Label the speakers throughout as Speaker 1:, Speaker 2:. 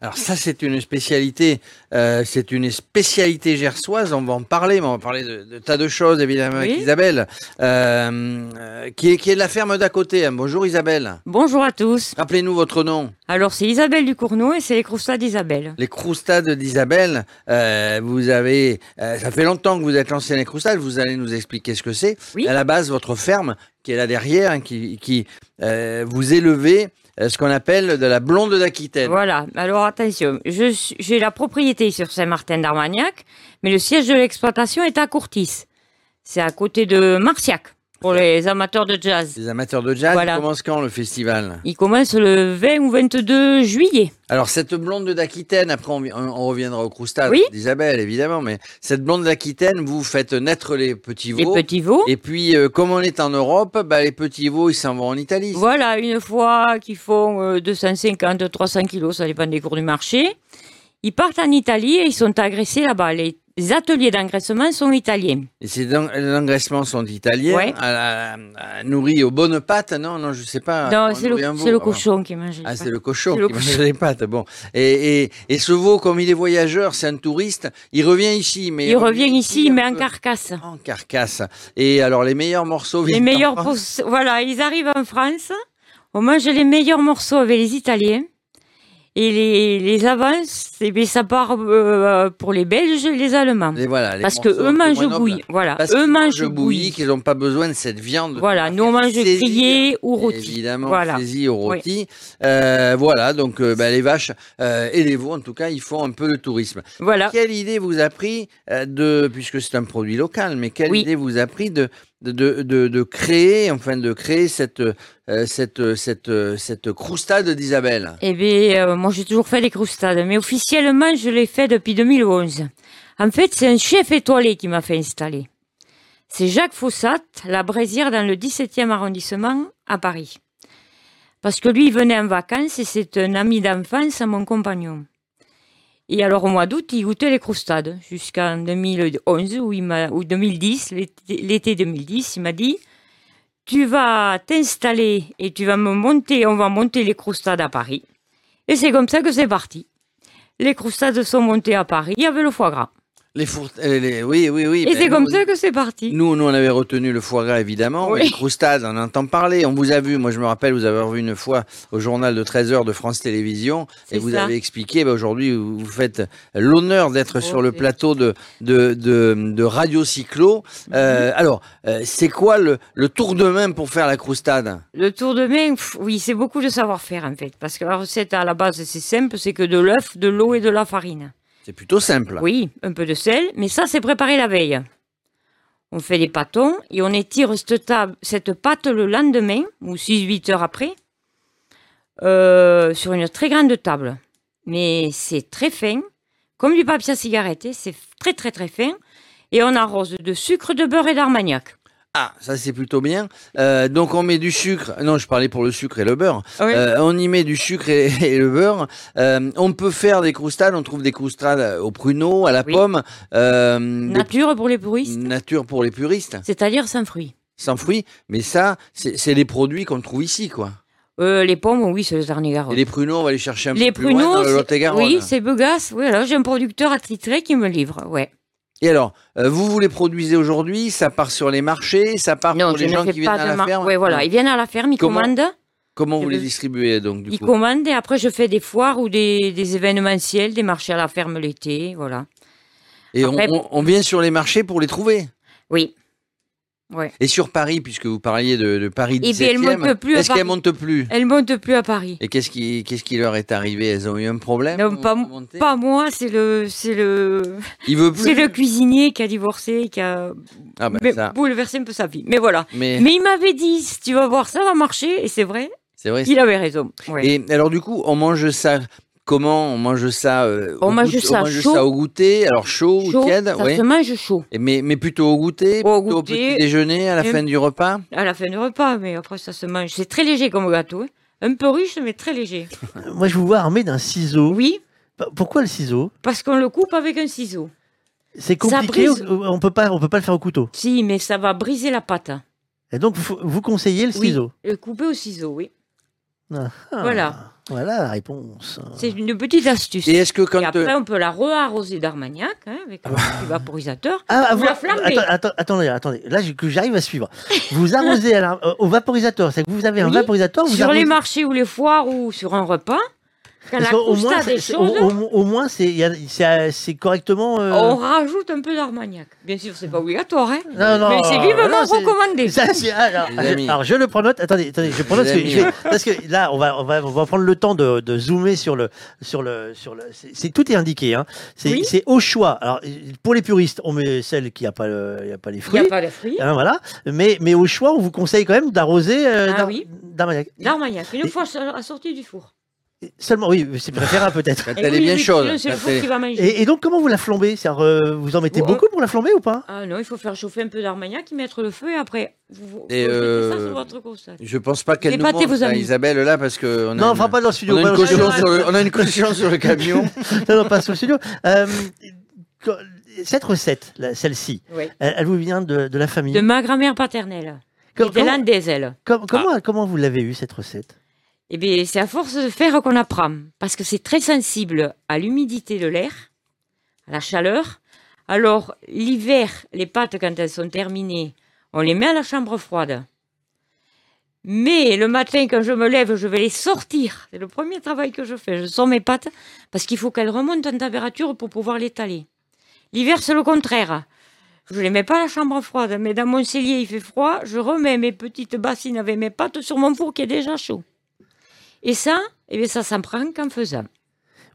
Speaker 1: Alors ça, c'est une spécialité, euh, c'est une spécialité gersoise. On va en parler, mais on va parler de, de tas de choses évidemment avec
Speaker 2: Oui.
Speaker 1: Isabelle, euh, euh, qui, est, qui est de la ferme d'à côté. Bonjour Isabelle.
Speaker 2: Bonjour à tous.
Speaker 1: Rappelez-nous votre nom.
Speaker 2: Alors c'est Isabelle Ducournau et c'est les croustades d'Isabelle.
Speaker 1: Les croustades d'Isabelle. euh, vous avez, euh, ça fait longtemps que vous êtes lancé dans les croustades. Vous allez nous expliquer ce que c'est.
Speaker 2: Oui.
Speaker 1: À la base, votre ferme qui est là derrière, hein, qui, qui euh, vous élevez euh, ce qu'on appelle de la blonde d'Aquitaine.
Speaker 2: Voilà. Alors attention, je suis- j'ai la propriété sur Saint-Martin d'Armagnac, mais le siège de l'exploitation est à Courtis. C'est à côté de Marciac pour les amateurs de jazz.
Speaker 1: Les amateurs de jazz
Speaker 2: Voilà.
Speaker 1: ils commencent quand le festival
Speaker 2: Il commence le 20 ou 22 juillet.
Speaker 1: Alors cette blonde d'Aquitaine, après on, vi- on- on reviendra au croustade
Speaker 2: Oui.
Speaker 1: d'Isabelle évidemment, mais cette blonde d'Aquitaine, vous faites naître les petits
Speaker 2: Les
Speaker 1: veaux.
Speaker 2: petits veaux.
Speaker 1: Et puis euh, comme on est en Europe, bah, les petits veaux ils s'en vont en Italie.
Speaker 2: Voilà, une fois qu'ils font euh, 250, 300 kilos, ça dépend des cours du marché, ils partent en Italie et ils sont agressés là-bas. Les les ateliers d'engraissement sont italiens.
Speaker 1: Et ces en- les engraissements sont italiens,
Speaker 2: Ouais.
Speaker 1: à la- à- nourris aux bonnes pâtes, non, non, je sais pas.
Speaker 2: Non,
Speaker 1: on
Speaker 2: c'est
Speaker 1: nourrit un
Speaker 2: le,
Speaker 1: veau.
Speaker 2: c'est le
Speaker 1: Ah, bon.
Speaker 2: cochon qui mange.
Speaker 1: Ah,
Speaker 2: ça.
Speaker 1: c'est le cochon
Speaker 2: C'est le
Speaker 1: qui
Speaker 2: cochon.
Speaker 1: mange les pâtes. Bon. Et, et, et ce veau, comme il est voyageur, c'est un touriste, il revient ici. mais
Speaker 2: Il revient ici,
Speaker 1: un
Speaker 2: mais en
Speaker 1: peu
Speaker 2: carcasse.
Speaker 1: En carcasse. Et alors, les meilleurs morceaux
Speaker 2: Les
Speaker 1: viennent d'en
Speaker 2: meilleurs
Speaker 1: France.
Speaker 2: pos- Voilà, ils arrivent en France, on mange les meilleurs morceaux avec les Italiens. Et les, les avances, eh bien, ça part euh, pour les Belges et les Allemands.
Speaker 1: Et voilà, les
Speaker 2: Parce que
Speaker 1: morceaux
Speaker 2: eux
Speaker 1: un peu
Speaker 2: mangent
Speaker 1: moins nobles.
Speaker 2: bouillie. Voilà,
Speaker 1: Parce
Speaker 2: eux
Speaker 1: qu'ils
Speaker 2: mangent
Speaker 1: bouillie,
Speaker 2: bouillie.
Speaker 1: qu'ils n'ont pas besoin de cette viande.
Speaker 2: Voilà, nous on mange
Speaker 1: Saisir,
Speaker 2: grillé ou rôti.
Speaker 1: Évidemment,
Speaker 2: Voilà.
Speaker 1: saisie au rôti. Euh, voilà, donc euh, bah, les vaches euh, et les veaux, en tout cas, ils font un peu le tourisme.
Speaker 2: Voilà.
Speaker 1: Quelle idée vous a pris euh, de, puisque c'est un produit local, mais quelle
Speaker 2: Oui.
Speaker 1: idée vous a pris de, de, de, de- de créer, enfin de créer cette, euh, cette, cette, euh, cette croustade d'Isabelle
Speaker 2: Eh bien, euh, moi j'ai toujours fait les croustades, mais officiellement je les fais depuis 2011. En fait, c'est un chef étoilé qui m'a fait installer. C'est Jacques Fossat, la brésière dans le 17e arrondissement à Paris. Parce que lui, il venait en vacances et c'est un ami d'enfance à mon compagnon. Et alors, au mois d'août, il goûtait les croustades. Jusqu'en 2011 ou il m'a- ou 2010, l'été- l'été 2010, il m'a dit tu vas t'installer et tu vas me monter, on va monter les croustades à Paris. Et c'est comme ça que c'est parti. Les croustades sont montées à Paris avec le foie gras.
Speaker 1: les, four- euh, les- Oui, oui, oui.
Speaker 2: Et
Speaker 1: ben,
Speaker 2: c'est comme
Speaker 1: nous-
Speaker 2: ça que c'est parti.
Speaker 1: Nous, nous, on avait retenu le foie gras, évidemment.
Speaker 2: Oui.
Speaker 1: mais Les croustades, on entend parler. On vous a vu. Moi, je me rappelle, vous avez revu une fois au journal de 13h de France Télévisions. Et
Speaker 2: C'est
Speaker 1: vous
Speaker 2: ça.
Speaker 1: avez expliqué, bah, aujourd'hui, vous vous faites l'honneur d'être sur le
Speaker 2: c'est-
Speaker 1: plateau de, de, de, de Radio Cyclo.
Speaker 2: Mhm.
Speaker 1: Euh, Alors, euh, c'est quoi le, le tour de main pour faire la croustade
Speaker 2: Le tour de main, pff, oui, c'est beaucoup de savoir-faire en fait. Parce que la recette à la base, c'est simple, c'est que de l'œuf, de l'eau et de la farine.
Speaker 1: C'est plutôt simple.
Speaker 2: Oui, un peu de sel, mais ça, c'est préparé la veille. On fait des pâtons et on étire cette, table- cette pâte le lendemain, ou 6-8 heures après, euh, sur une très grande table. Mais c'est très fin, comme du papier à cigarette, hein, c'est très très très fin. Et on arrose de sucre, de beurre et d'armagnac.
Speaker 1: Ah, ça, c'est plutôt bien. Euh, donc, on met du sucre. Non, je parlais pour le sucre et le beurre. Euh, on y met du sucre et, et le beurre. Euh, on peut faire des croustades. On trouve des croustades au pruneau, à la
Speaker 2: Oui.
Speaker 1: pomme, euh, des
Speaker 2: Nature pour les puristes,
Speaker 1: nature pour les puristes,
Speaker 2: c'est-à-dire sans fruits.
Speaker 1: sans fruits. Mais ça, c'est c'est les produits qu'on trouve ici, quoi.
Speaker 2: Euh, les pommes, oui, c'est le Tarn-et-Garonne.
Speaker 1: Et les pruneaux, on va les chercher un
Speaker 2: Oh. Les
Speaker 1: peu plus loin dans le
Speaker 2: c'est-
Speaker 1: Lot-et-Garonne.
Speaker 2: oui, c'est Begas. Oui, alors j'ai un producteur attitré qui me livre, ouais.
Speaker 1: Et alors, euh, vous vous les produisez aujourd'hui Ça part sur les marchés Ça part
Speaker 2: Non,
Speaker 1: pour
Speaker 2: je
Speaker 1: les
Speaker 2: ne
Speaker 1: gens
Speaker 2: fais
Speaker 1: qui viennent
Speaker 2: pas
Speaker 1: à
Speaker 2: de
Speaker 1: la
Speaker 2: mar-
Speaker 1: ferme Mmh.
Speaker 2: Ouais, voilà, ils viennent à la ferme, ils
Speaker 1: Comment-
Speaker 2: commandent,
Speaker 1: Comment
Speaker 2: Je
Speaker 1: vous les
Speaker 2: veux-
Speaker 1: distribuez donc du
Speaker 2: ils
Speaker 1: coup
Speaker 2: commandent et après je fais des foires ou des, des événementiels, des marchés à la ferme l'été, voilà.
Speaker 1: Et on,
Speaker 2: Après-
Speaker 1: on- on vient sur les marchés pour les trouver.
Speaker 2: Oui.
Speaker 1: Et sur Paris, puisque vous parliez de, de Paris
Speaker 2: Eh bien,
Speaker 1: 17e,
Speaker 2: elles montent plus à
Speaker 1: est-ce qu'elles
Speaker 2: Paris.
Speaker 1: montent plus
Speaker 2: Elles montent plus à Paris.
Speaker 1: Et qu'est-ce qui, qu'est-ce qui leur est arrivé Elles ont eu un problème
Speaker 2: Non,
Speaker 1: pour
Speaker 2: pas m-
Speaker 1: monter
Speaker 2: Pas moi, c'est le c'est le
Speaker 1: Il veut plus.
Speaker 2: c'est le cuisinier qui a divorcé, qui a
Speaker 1: Ah ben
Speaker 2: mais
Speaker 1: ça.
Speaker 2: bouleversé un peu sa vie. Mais voilà.
Speaker 1: Mais
Speaker 2: Mais il m'avait dit, si tu vas voir, ça va marcher, et c'est vrai,
Speaker 1: c'est vrai.
Speaker 2: il avait raison. Ouais.
Speaker 1: Et alors du coup, on mange ça comment On mange ça euh,
Speaker 2: On
Speaker 1: au
Speaker 2: mange
Speaker 1: goût-
Speaker 2: ça
Speaker 1: on mange
Speaker 2: chaud.
Speaker 1: ça au goûter, alors chaud,
Speaker 2: Chaud,
Speaker 1: ou tiède,
Speaker 2: ça
Speaker 1: oui.
Speaker 2: se mange chaud.
Speaker 1: Et Mais, mais plutôt au goûter,
Speaker 2: Au
Speaker 1: plutôt
Speaker 2: goûter.
Speaker 1: petit déjeuner, à la
Speaker 2: Et-
Speaker 1: fin du repas.
Speaker 2: À la fin du repas, mais après ça se mange. C'est très léger comme gâteau. hein. Un peu riche, mais très léger.
Speaker 3: Moi, je vous vois armé d'un ciseau.
Speaker 2: Oui,
Speaker 3: P- Pourquoi le ciseau
Speaker 2: parce qu'on le coupe avec un ciseau.
Speaker 3: C'est
Speaker 2: Ça
Speaker 3: compliqué.
Speaker 2: brise.
Speaker 3: ou- ou- On peut pas, on peut pas le faire au couteau.
Speaker 2: Si, mais ça va briser la hein. pâte.
Speaker 3: Et donc, vous, vous conseillez le
Speaker 2: Oui.
Speaker 3: ciseau.
Speaker 2: Le couper au ciseau, oui.
Speaker 3: Ah,
Speaker 2: Voilà.
Speaker 3: Voilà la réponse.
Speaker 2: C'est une petite astuce.
Speaker 1: Et est-ce que quand
Speaker 2: Et après,
Speaker 1: euh,
Speaker 2: on peut la re-arroser d'argumagnac hein, avec un petit vaporisateur.
Speaker 3: Ah, ah,
Speaker 2: Vous la flambez.
Speaker 3: Attends- attends- attendez, attendez. Là, j'ai- que j'arrive à suivre. Vous arrosez à la- euh, au vaporisateur. C'est que vous avez un
Speaker 2: Oui.
Speaker 3: vaporisateur. Ah, Vous
Speaker 2: sur les
Speaker 3: arrosez-
Speaker 2: marchés ou les foires ou sur un repas, quand
Speaker 3: Parce
Speaker 2: la
Speaker 3: qu'au- au moins,
Speaker 2: croustade
Speaker 3: c'est-
Speaker 2: des
Speaker 3: c'est-
Speaker 2: choses, Oh.
Speaker 3: au- au- au moins, c'est il y a- c'est, euh, c'est correctement. euh,
Speaker 2: on rajoute un peu d'armagnac. Bien sûr, c'est pas obligatoire, hein,
Speaker 3: Non, non,
Speaker 2: mais c'est vivement
Speaker 3: non, Ah, c'est-
Speaker 2: recommandé.
Speaker 3: Ça, c'est- alors,
Speaker 1: Les amis.
Speaker 3: alors, je le prends note. Attendez, attendez, je prends note parce
Speaker 1: Les
Speaker 3: que, je vais- parce que là, on va, on va, on va prendre le temps de, de zoomer sur le, sur le, sur le. C'est c'est- tout est indiqué. Hein. C'est
Speaker 2: Oui.
Speaker 3: c'est au choix. Alors, pour les puristes, on met celle qui a pas, le- y a pas les
Speaker 2: Il n'y
Speaker 3: fruits.
Speaker 2: a pas de fruits.
Speaker 3: Hein, voilà. Mais, mais au choix, on vous conseille quand même d'arroser euh,
Speaker 2: Ah
Speaker 3: d'ar-
Speaker 2: oui.
Speaker 3: d'armagnac.
Speaker 2: D'armagnac, une
Speaker 3: Et-
Speaker 2: fois sorti du four.
Speaker 3: Seulement, oui, c'est préférable peut-être.
Speaker 1: quand
Speaker 2: Eh
Speaker 1: elle est
Speaker 2: oui,
Speaker 1: bien
Speaker 2: oui,
Speaker 1: chaude
Speaker 2: C'est le
Speaker 1: quand
Speaker 2: four
Speaker 1: elle est-
Speaker 2: qui va manger.
Speaker 3: Et, et donc, comment vous la flambez C'est-à-dire, euh, Vous en mettez
Speaker 2: Bon,
Speaker 3: beaucoup pour la flamber ou pas
Speaker 2: Ah non, il faut faire chauffer un peu d'armagnac, y mettre le feu et après, vous, vous
Speaker 1: Et,
Speaker 2: vous jetez ça
Speaker 1: euh,
Speaker 2: sur votre croustade.
Speaker 1: Je pense pas qu'elle
Speaker 2: Les
Speaker 1: nous
Speaker 2: pâtés,
Speaker 1: montre,
Speaker 2: vos
Speaker 1: là,
Speaker 2: amis.
Speaker 1: Isabelle là parce que on a
Speaker 3: Non,
Speaker 1: une-
Speaker 3: enfin pas dans le studio.
Speaker 1: on a
Speaker 3: pas
Speaker 1: une
Speaker 3: dans le studio.
Speaker 1: caution sur le, on a une caution sur le camion.
Speaker 3: Non, non, pas sur le studio. Euh, quand- cette recette, là, celle-ci,
Speaker 2: Ouais.
Speaker 3: elle, elle vous vient de, de la famille.
Speaker 2: De Ah. ma grand-mère paternelle, qui
Speaker 3: Com-
Speaker 2: était
Speaker 3: comment,
Speaker 2: l'un elle.
Speaker 3: com- comment, comment vous l'avez eue, cette recette
Speaker 2: Eh bien, c'est à force de faire qu'on apprend, parce que c'est très sensible à l'humidité de l'air, à la chaleur. Alors, l'hiver, les pâtes, quand elles sont terminées, on les met à la chambre froide. Mais le matin, quand je me lève, je vais les sortir. C'est le premier travail que je fais. Je sors mes pâtes parce qu'il faut qu'elles remontent en température pour pouvoir l'étaler. L'hiver, c'est le contraire. Je les mets pas à la chambre froide, mais dans mon cellier, il fait froid. Je remets mes petites bassines avec mes pâtes sur mon four qui est déjà chaud. Et ça, eh bien, ça s'en prend qu'en faisant.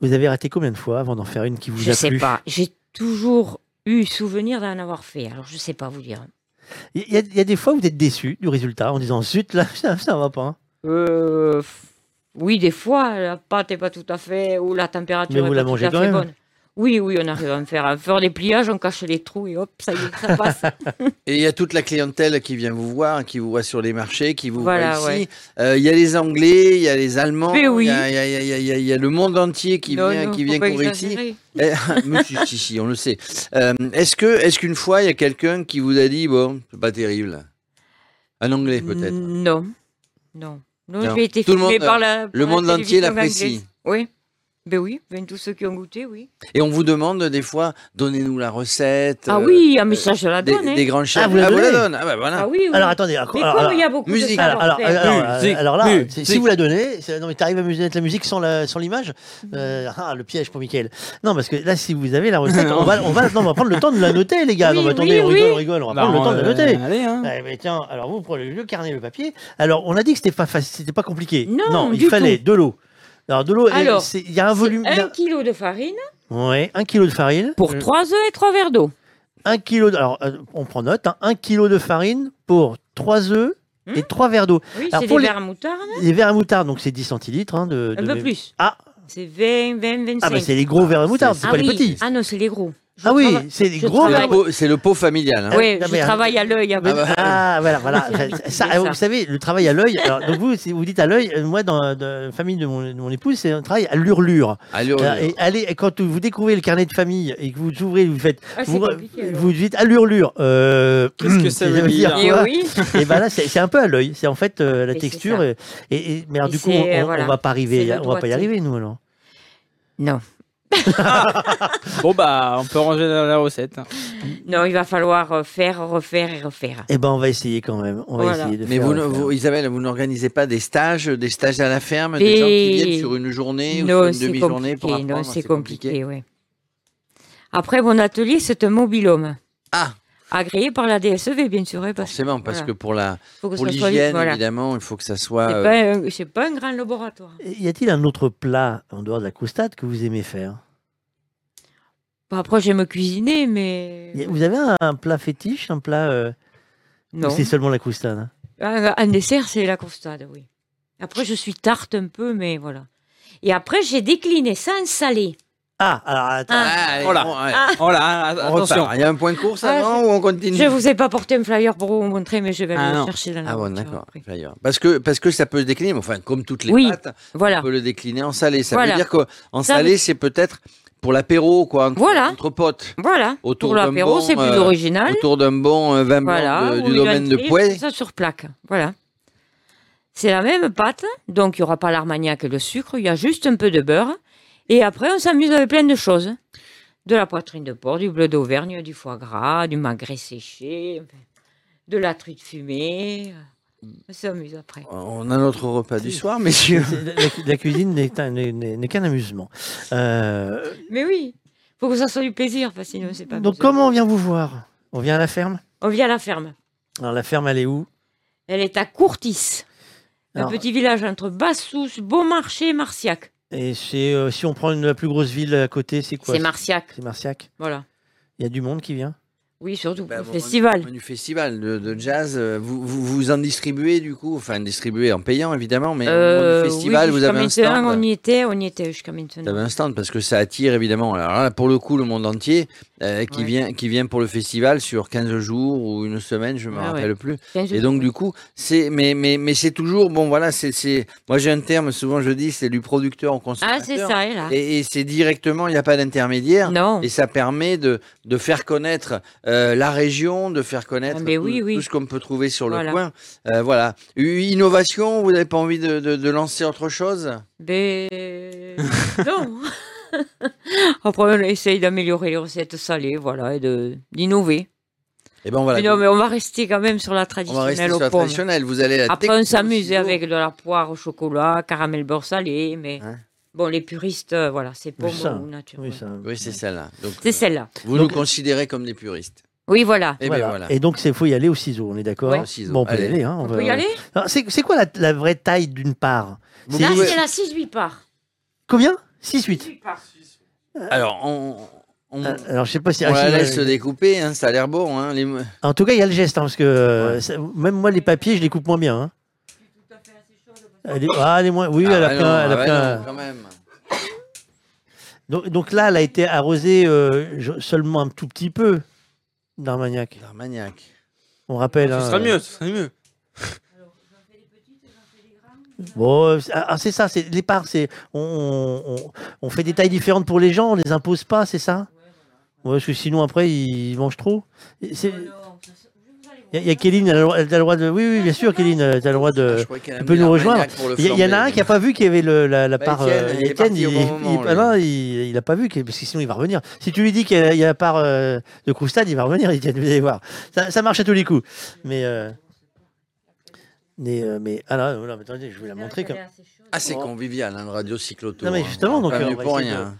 Speaker 3: Vous avez raté combien de fois avant d'en faire une qui vous
Speaker 2: Je
Speaker 3: a
Speaker 2: sais
Speaker 3: plu
Speaker 2: pas. J'ai toujours eu souvenir d'en avoir fait. Alors, je sais pas vous dire.
Speaker 3: Il y, a- il y a des fois où vous êtes déçu du résultat en disant zut, là, ça, ça va pas. hein.
Speaker 2: Euh, f- oui, des fois, la pâte n'est pas tout à fait, ou la température
Speaker 3: Mais vous
Speaker 2: est
Speaker 3: la
Speaker 2: pas
Speaker 3: mangez
Speaker 2: tout à
Speaker 3: quand
Speaker 2: fait
Speaker 3: même.
Speaker 2: bonne. Oui, oui, on arrive à en faire, à faire des pliages, on cache les trous et hop, ça y est, ça passe.
Speaker 1: Et il y a toute la clientèle qui vient vous voir, qui vous voit sur les marchés, qui vous
Speaker 2: Voilà,
Speaker 1: voit
Speaker 2: ouais.
Speaker 1: ici. Euh, Il y a les Anglais, il y a les Allemands,
Speaker 2: Mais
Speaker 1: il
Speaker 2: oui.
Speaker 1: y, a- il y a- il y a- il y a- il y a le monde entier qui
Speaker 2: Non,
Speaker 1: vient,
Speaker 2: non,
Speaker 1: qui
Speaker 2: faut
Speaker 1: vient
Speaker 2: pas
Speaker 1: courir ici.
Speaker 2: exagérer.
Speaker 1: Eh, mais si, si, si, on le sait. Euh, est-ce que, est-ce qu'une fois il y a quelqu'un qui vous a dit bon, c'est pas terrible, un Anglais peut-être.
Speaker 2: Non, non. Non,
Speaker 1: Non.
Speaker 2: j'ai été
Speaker 1: Tout le
Speaker 2: filmée
Speaker 1: monde- euh,
Speaker 2: par la.
Speaker 1: le
Speaker 2: par la
Speaker 1: monde entier
Speaker 2: télévision
Speaker 1: l'apprécie.
Speaker 2: anglaise. Oui. Ben oui, ben tous ceux qui ont goûté, oui.
Speaker 1: Et on vous demande des fois, donnez-nous la recette.
Speaker 2: ah
Speaker 1: euh,
Speaker 2: oui, ah, mais ça, je la
Speaker 1: des,
Speaker 2: donne. hein.
Speaker 1: des grands chefs.
Speaker 3: Ah, vous la
Speaker 1: la
Speaker 3: donnez
Speaker 1: donne. Ah bah voilà.
Speaker 2: Ah oui, oui.
Speaker 3: Alors attendez, alors-
Speaker 2: mais
Speaker 3: alors-
Speaker 2: comme il y a
Speaker 3: alors-
Speaker 2: beaucoup
Speaker 1: musique.
Speaker 2: de
Speaker 3: alors, alors,
Speaker 2: savoir-faire.
Speaker 3: alors, alors,
Speaker 1: Musique,
Speaker 3: alors là,
Speaker 1: musique.
Speaker 3: si- si vous la donnez, c'est- non mais t'arrives à museler la musique sans la- sans l'image,
Speaker 2: Mhm.
Speaker 3: euh, ah, le piège pour Mickaël. Non parce que là, si vous avez la recette, on va, on va, non, on va prendre le temps de la noter, les gars.
Speaker 2: Oui,
Speaker 3: non, mais
Speaker 2: oui,
Speaker 3: attendez, on
Speaker 2: oui.
Speaker 3: rigole, on rigole, on va prendre le temps de la noter.
Speaker 4: Allez, hein.
Speaker 3: Ouais, mais tiens, alors vous prenez le carnet et le papier. Alors, on a dit que c'était pas facile, c'était pas compliqué.
Speaker 2: Non,
Speaker 3: il
Speaker 2: du
Speaker 3: fallait de l'eau. Alors, de l'eau,
Speaker 2: Alors,
Speaker 3: c'est- il y a un volume. il y a-
Speaker 2: Un kilo de farine
Speaker 3: Ouais, un kilo de farine.
Speaker 2: pour trois œufs et trois verres d'eau.
Speaker 3: Un kilo. de- Alors, euh, on prend note. hein, un kilo de farine pour trois œufs
Speaker 2: Hmm
Speaker 3: et trois verres d'eau.
Speaker 2: Oui,
Speaker 3: Alors,
Speaker 2: c'est
Speaker 3: pour
Speaker 2: des
Speaker 3: les-
Speaker 2: verres à moutarde.
Speaker 3: Les verres à moutarde, donc c'est 10 centilitres. hein, de,
Speaker 2: Un
Speaker 3: de-
Speaker 2: peu plus.
Speaker 3: Ah.
Speaker 2: C'est 20, 20, 25.
Speaker 3: Ah, bah c'est les gros verres à moutarde,
Speaker 1: c'est-
Speaker 3: c'est
Speaker 2: Ah
Speaker 3: pas les
Speaker 2: oui.
Speaker 3: petits.
Speaker 2: Ah non, c'est les gros.
Speaker 3: Ah oui,
Speaker 2: travaille-
Speaker 3: c'est les
Speaker 2: je
Speaker 3: gros
Speaker 1: C'est
Speaker 3: verres. à
Speaker 1: le
Speaker 2: travaille.
Speaker 3: moutarde.
Speaker 1: pot, c'est le pot familial. hein.
Speaker 3: Ah,
Speaker 2: Oui,
Speaker 3: non,
Speaker 2: je
Speaker 3: mais, hein.
Speaker 2: travaille à l'œil. à
Speaker 1: Ah bah,
Speaker 3: Ah voilà voilà ça,
Speaker 2: C'est ça.
Speaker 3: vous savez le travail à l'œil alors donc vous si vous dites à l'œil euh, moi dans dans la famille de mon, de mon épouse c'est un travail à l'urlure
Speaker 1: Allez, on-
Speaker 3: Euh, et allez, quand vous découvrez le carnet de famille et que vous ouvrez, vous faites,
Speaker 2: Ah, c'est
Speaker 3: vous,
Speaker 2: compliqué, alors.
Speaker 3: vous dites à l'urlure. euh,
Speaker 4: Qu'est-ce que ça veut dire
Speaker 2: Et
Speaker 3: quoi
Speaker 2: Eh oui,
Speaker 3: Et ben là, c'est c'est un peu à l'œil. C'est en fait euh, la
Speaker 2: Et c'est
Speaker 3: texture.
Speaker 2: ça.
Speaker 3: euh, Et, et- mais alors,
Speaker 2: Et
Speaker 3: du coup,
Speaker 2: c'est,
Speaker 3: on,
Speaker 2: euh,
Speaker 3: on
Speaker 2: voilà.
Speaker 3: va
Speaker 2: C'est
Speaker 3: pas arriver,
Speaker 2: le
Speaker 3: on va pas y
Speaker 2: doigté.
Speaker 3: arriver nous alors.
Speaker 2: non.
Speaker 4: Bon, bah, on peut ranger la, la recette.
Speaker 2: Non, il va falloir euh, faire, refaire et refaire.
Speaker 3: Et ben, on va essayer quand même. On va
Speaker 2: Voilà.
Speaker 3: essayer de
Speaker 1: Mais
Speaker 3: faire-
Speaker 1: vous,
Speaker 3: de
Speaker 1: ne-
Speaker 3: faire.
Speaker 1: vous- Isabelle, vous n'organisez pas des stages, des stages à la ferme, des gens qui
Speaker 2: Et-
Speaker 1: viennent sur une journée ou
Speaker 2: Non,
Speaker 1: sur une
Speaker 2: c'est
Speaker 1: demi-journée
Speaker 2: compliqué.
Speaker 1: pour apprendre.
Speaker 2: non, c'est compliqué, oui. Après, mon atelier, c'est un mobilhome.
Speaker 1: Ah.
Speaker 2: Agréé par la DSEV, bien sûr, hein, parce qu'il
Speaker 1: Forcément, parce
Speaker 2: Voilà.
Speaker 1: que pour la
Speaker 2: faut que
Speaker 1: pour
Speaker 2: ça soit vite.
Speaker 1: l'hygiène,
Speaker 2: Voilà.
Speaker 1: évidemment, il faut que ça
Speaker 2: C'est
Speaker 1: soit. euh,
Speaker 2: pas un- c'est pas, un grand laboratoire.
Speaker 3: Et Y a-t-il un autre plat en dehors de la croustade que vous aimez faire
Speaker 2: Bon, après, j'aime cuisiner, mais.
Speaker 3: Y a- Vous avez un, un plat fétiche, un plat euh, ou
Speaker 2: Non.
Speaker 3: c'est seulement la croustade hein
Speaker 2: Un, un dessert, c'est la croustade, oui. Après, je suis tarte un peu, mais voilà. Et après, j'ai décliné ça en salé.
Speaker 3: Ah, alors attends.
Speaker 1: Ah, allez,
Speaker 4: Voilà.
Speaker 1: bon, ouais.
Speaker 2: Ah.
Speaker 4: Oh là, hein,
Speaker 1: On repart.
Speaker 4: attention.
Speaker 1: Il y a un point de course
Speaker 2: Ah,
Speaker 1: avant ou on continue
Speaker 2: Je ne vous ai pas porté un flyer pour vous montrer, mais je vais
Speaker 4: Ah,
Speaker 2: le
Speaker 4: non.
Speaker 2: chercher dans la
Speaker 1: Ah bon,
Speaker 2: voiture
Speaker 1: d'accord.
Speaker 2: après.
Speaker 1: D'ailleurs. Parce que, parce que ça peut se décliner, mais enfin, comme toutes les
Speaker 2: Oui,
Speaker 1: pâtes,
Speaker 2: Voilà.
Speaker 1: on peut le décliner en salé. Ça
Speaker 2: Voilà.
Speaker 1: veut dire qu'en
Speaker 2: Ça
Speaker 1: salé, c'est peut-être pour l'apéro, quoi, entre,
Speaker 2: Voilà.
Speaker 1: entre potes,
Speaker 2: Voilà.
Speaker 1: Autour
Speaker 2: pour
Speaker 1: d'un
Speaker 2: l'apéro,
Speaker 1: bon,
Speaker 2: c'est plus
Speaker 1: euh,
Speaker 2: original.
Speaker 1: autour d'un bon euh, vin blanc
Speaker 2: Ah Voilà.
Speaker 1: de-
Speaker 2: ou
Speaker 1: du
Speaker 2: une
Speaker 1: domaine de
Speaker 2: entrée,
Speaker 1: Pouet.
Speaker 2: tout Ça sur plaque. Voilà. C'est la même pâte, donc il n'y aura pas l'armagnac et le sucre, il y a juste un peu de beurre. Et après, on s'amuse avec plein de choses. De la poitrine de porc, du bleu d'Auvergne, du foie gras, du magret séché, de la truite fumée. euh, On s'amuse après.
Speaker 1: On a notre repas du soir, messieurs.
Speaker 3: C'est- La, la cuisine n'est un- n'est- n'est- n'est qu'un amusement. Euh,
Speaker 2: Mais oui, faut que ça soit du plaisir, parce que sinon c'est pas
Speaker 3: donc
Speaker 2: amusant.
Speaker 3: comment on vient vous voir On vient à la ferme
Speaker 2: On vient à la ferme.
Speaker 3: Alors la ferme, elle est où
Speaker 2: Elle est à Courtis,
Speaker 3: Alors,
Speaker 2: un petit village entre Bassous, Beaumarchais et Marciac.
Speaker 3: Et c'est euh, si on prend une la plus grosse ville à côté, c'est quoi
Speaker 2: c'est Marciac,
Speaker 3: C'est Marciac.
Speaker 2: voilà.
Speaker 3: Il y a du monde qui vient.
Speaker 2: Oui, surtout
Speaker 1: Bah,
Speaker 2: le
Speaker 1: bon,
Speaker 2: festival.
Speaker 1: Du festival de, de jazz, euh, vous, vous vous en distribuez du coup, enfin distribuez en payant évidemment, mais au moment
Speaker 2: Euh,
Speaker 1: du festival,
Speaker 2: oui,
Speaker 1: vous
Speaker 2: jusqu'à
Speaker 1: avez un
Speaker 2: maintenant,
Speaker 1: stand.
Speaker 2: On y était, on y était jusqu'à
Speaker 1: Vous avez
Speaker 2: maintenant.
Speaker 1: un stand parce que ça attire évidemment. Alors là, pour le coup, le monde entier euh, qui
Speaker 2: Ouais.
Speaker 1: vient qui vient pour le festival sur 15 jours ou une semaine, je me
Speaker 2: Ah Ouais, ouais.
Speaker 1: rappelle plus.
Speaker 2: 15
Speaker 1: Et donc du coup, c'est mais mais mais c'est toujours bon voilà, c'est c'est moi j'ai un terme souvent je dis c'est du producteur au consommateur.
Speaker 2: Ah, c'est ça, elle là.
Speaker 1: Et, et c'est directement, il n'y a pas d'intermédiaire.
Speaker 2: Non.
Speaker 1: Et ça permet de, de faire connaître euh, la région, de faire connaître
Speaker 2: Ah, mais
Speaker 1: tout,
Speaker 2: oui, oui.
Speaker 1: tout ce qu'on peut trouver sur le
Speaker 2: Voilà.
Speaker 1: coin. Euh, voilà. U- Innovation, vous n'avez pas envie de, de- de lancer autre chose
Speaker 2: Ben, non. Après, on essaye d'améliorer les recettes salées, voilà, et de- d'innover.
Speaker 1: Eh ben voilà.
Speaker 2: Mais non, mais on va rester quand même sur
Speaker 1: on va
Speaker 2: la
Speaker 1: rester
Speaker 2: traditionnelle
Speaker 1: sur
Speaker 2: aux
Speaker 1: la
Speaker 2: pommes.
Speaker 1: traditionnelle. Vous allez à la
Speaker 2: Après,
Speaker 1: techno
Speaker 2: on s'amuse
Speaker 1: silo.
Speaker 2: avec de la poire au chocolat, caramel beurre salé, mais
Speaker 1: Hein
Speaker 2: bon, les puristes, euh, voilà, c'est
Speaker 3: Oui,
Speaker 2: pommes
Speaker 3: ça.
Speaker 2: ou nature.
Speaker 3: Oui, ça.
Speaker 1: Oui, c'est celle-là. Donc,
Speaker 2: C'est celle-là. euh,
Speaker 1: vous
Speaker 3: Donc-
Speaker 1: nous considérez comme des puristes.
Speaker 2: Oui, voilà.
Speaker 1: Eh
Speaker 3: Voilà.
Speaker 1: ben voilà.
Speaker 3: Et donc c'est faut y aller au ciseau, on est d'accord
Speaker 1: Ouais. Au ciseau.
Speaker 3: Bon, on peut
Speaker 1: Allez.
Speaker 3: y aller. hein,
Speaker 2: On
Speaker 3: va-
Speaker 2: peut y aller
Speaker 3: Alors, C'est c'est quoi la, la vraie taille d'une part
Speaker 1: Vous
Speaker 2: Là,
Speaker 1: pouvez-
Speaker 2: c'est la 6-8 parts.
Speaker 3: Combien 6-8.
Speaker 2: 6-8 parts.
Speaker 1: Alors, on, on-
Speaker 3: Alors je sais pas si.
Speaker 1: on
Speaker 3: ah,
Speaker 1: la
Speaker 3: si-
Speaker 1: laisse se découper, hein, ça a l'air bon. Hein, les-
Speaker 3: En tout cas, il y a le geste, hein, parce que euh, ça- même moi, les papiers, je les coupe moins bien. hein. Elle est, ah, elle est moins. Oui, elle a
Speaker 1: Ah,
Speaker 3: pris
Speaker 1: non,
Speaker 3: un- elle a
Speaker 1: ah,
Speaker 3: pris
Speaker 1: non,
Speaker 3: un-
Speaker 1: quand même.
Speaker 3: Donc, donc là, elle a été arrosée euh, je- seulement un tout petit peu d'Armagnac.
Speaker 1: D'Armagnac.
Speaker 3: On rappelle.
Speaker 4: Ce
Speaker 3: hein,
Speaker 4: sera
Speaker 3: euh,
Speaker 4: mieux, ce sera mieux.
Speaker 3: Bon, euh, c'est- ah, c'est ça, c'est les parts, c'est on, on- on fait des tailles différentes pour les gens, on les impose pas, c'est ça ouais, Parce que sinon après ils mangent trop. Il
Speaker 2: Oh
Speaker 3: y, a- y a Kéline, elle a le droit- elle a le droit de. Oui, oui, bien sûr, Kéline, euh, t'as le droit
Speaker 1: Ah, je
Speaker 3: de.
Speaker 1: croyais qu'elle a
Speaker 3: tu
Speaker 1: mis
Speaker 3: peux nous
Speaker 1: l'Armagnac
Speaker 3: rejoindre.
Speaker 1: pour le
Speaker 3: Il y, il y en a
Speaker 1: flamber.
Speaker 3: un qui a pas vu qu'il y avait le- la, la
Speaker 1: Bah,
Speaker 3: part.
Speaker 1: Étienne,
Speaker 3: euh,
Speaker 1: il est
Speaker 3: Étienne,
Speaker 1: parti au bon moment,
Speaker 3: il-
Speaker 1: lui.
Speaker 3: ah non, il- il a pas vu, que- parce que sinon il va revenir. Si tu lui dis qu'il y a- il y a la part euh, de Croustade, il va revenir, Étienne, vous allez voir. Ça, ça marche à tous les coups. Mais. euh, mais, euh, mais ah non, non, mais attendez, je vais la montrer. Comme...
Speaker 1: Ah, c'est convivial, hein, le radio cyclotour.
Speaker 3: Oh. Non, mais justement,
Speaker 1: hein.
Speaker 3: donc,
Speaker 1: Pas
Speaker 3: euh,
Speaker 1: venu
Speaker 3: on va
Speaker 1: pour
Speaker 3: essayer
Speaker 1: rien.
Speaker 3: de-
Speaker 1: hein.